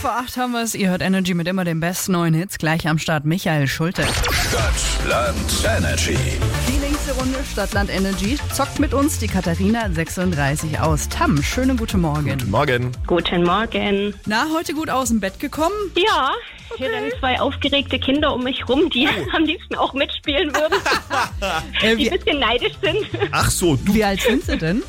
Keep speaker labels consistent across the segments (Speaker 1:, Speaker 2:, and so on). Speaker 1: vor acht haben wir es. Ihr hört Energy mit immer den besten neuen Hits. Gleich am Start Michael Schulte.
Speaker 2: Stadtland Energy.
Speaker 1: Die längste Runde Stadtland Energy zockt mit uns die Katharina 36 aus. Tam, schönen guten Morgen.
Speaker 3: Morgen.
Speaker 4: Guten Morgen.
Speaker 1: Na, heute gut aus dem Bett gekommen?
Speaker 4: Ja, hier rennen zwei aufgeregte Kinder um mich rum, die
Speaker 1: Oh.
Speaker 4: am liebsten auch mitspielen würden,
Speaker 1: Äh,
Speaker 4: die
Speaker 1: wie,
Speaker 4: ein bisschen neidisch sind.
Speaker 3: Ach so, du.
Speaker 1: wie alt sind sie denn?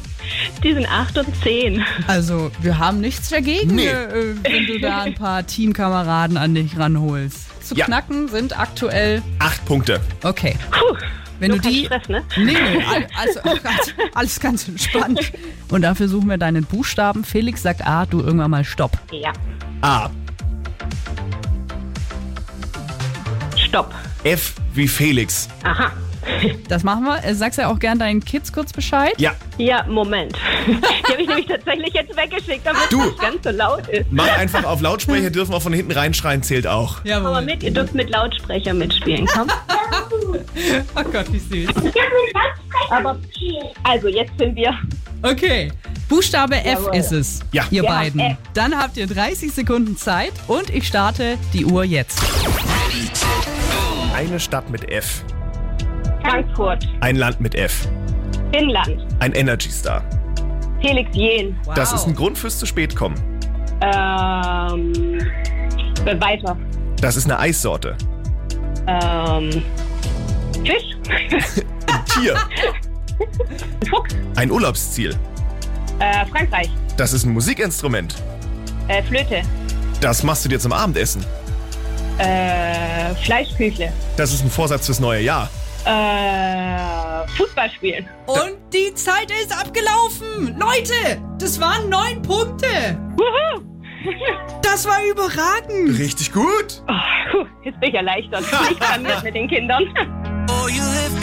Speaker 4: Die sind acht und zehn.
Speaker 1: Also, wir haben nichts dagegen,
Speaker 3: Nee.
Speaker 1: äh, wenn du da ein paar Teamkameraden an dich ranholst. Zu
Speaker 3: Ja.
Speaker 1: knacken sind aktuell
Speaker 3: Acht Punkte.
Speaker 1: okay.
Speaker 4: Puh,
Speaker 1: Wenn
Speaker 4: nur
Speaker 1: du
Speaker 4: kein
Speaker 1: die.
Speaker 4: Stress, ne?
Speaker 1: Nee, nee, al- also oh Gott, alles ganz entspannt. Und dafür suchen wir deinen Buchstaben. Felix sagt A, du irgendwann mal Stopp.
Speaker 4: Ja,
Speaker 3: A.
Speaker 4: stopp.
Speaker 3: F wie Felix.
Speaker 4: Aha.
Speaker 1: Das machen wir. Äh, Sagst ja auch gern deinen Kids kurz Bescheid.
Speaker 3: Ja.
Speaker 4: Ja, Moment. Die habe ich nämlich tatsächlich jetzt weggeschickt, damit
Speaker 3: Du.
Speaker 4: es nicht ganz so laut ist.
Speaker 3: Mach einfach auf Lautsprecher, dürfen auch von hinten reinschreien, zählt auch.
Speaker 4: Aber
Speaker 1: Jawohl.
Speaker 4: mit, ihr dürft mit Lautsprecher mitspielen, komm.
Speaker 1: Oh Gott, wie süß.
Speaker 4: Aber, also jetzt sind wir.
Speaker 1: Okay. Buchstabe F
Speaker 4: Jawohl.
Speaker 1: ist es,
Speaker 3: Ja.
Speaker 1: ihr
Speaker 4: Ja,
Speaker 1: beiden.
Speaker 4: F.
Speaker 1: Dann habt ihr 30 Sekunden Zeit und ich starte die Uhr jetzt.
Speaker 3: Eine Stadt mit F.
Speaker 4: Frankfurt,
Speaker 3: Ein Land mit F.
Speaker 4: Finnland,
Speaker 3: Ein Energy Star.
Speaker 4: Felix Jähn,
Speaker 1: Wow.
Speaker 3: Das ist ein Grund fürs zu spät kommen.
Speaker 4: ähm, weiter.
Speaker 3: Das ist eine Eissorte.
Speaker 4: Ähm, Fisch,
Speaker 3: Ein Tier.
Speaker 4: Fuchs,
Speaker 3: Ein Urlaubsziel.
Speaker 4: äh, Frankreich,
Speaker 3: Das ist ein Musikinstrument.
Speaker 4: äh, Flöte,
Speaker 3: Das machst du dir zum Abendessen.
Speaker 4: äh, Fleischküchle,
Speaker 3: Das ist ein Vorsatz fürs neue Jahr.
Speaker 4: äh, Fußball spielen.
Speaker 1: Und die Zeit ist abgelaufen. Leute, das waren neun Punkte.
Speaker 4: Wuhu!
Speaker 1: Das war überragend.
Speaker 3: Richtig gut.
Speaker 4: Oh, puh, jetzt bin ich erleichtert. Ich kann mit, mit den Kindern.
Speaker 2: Oh, you live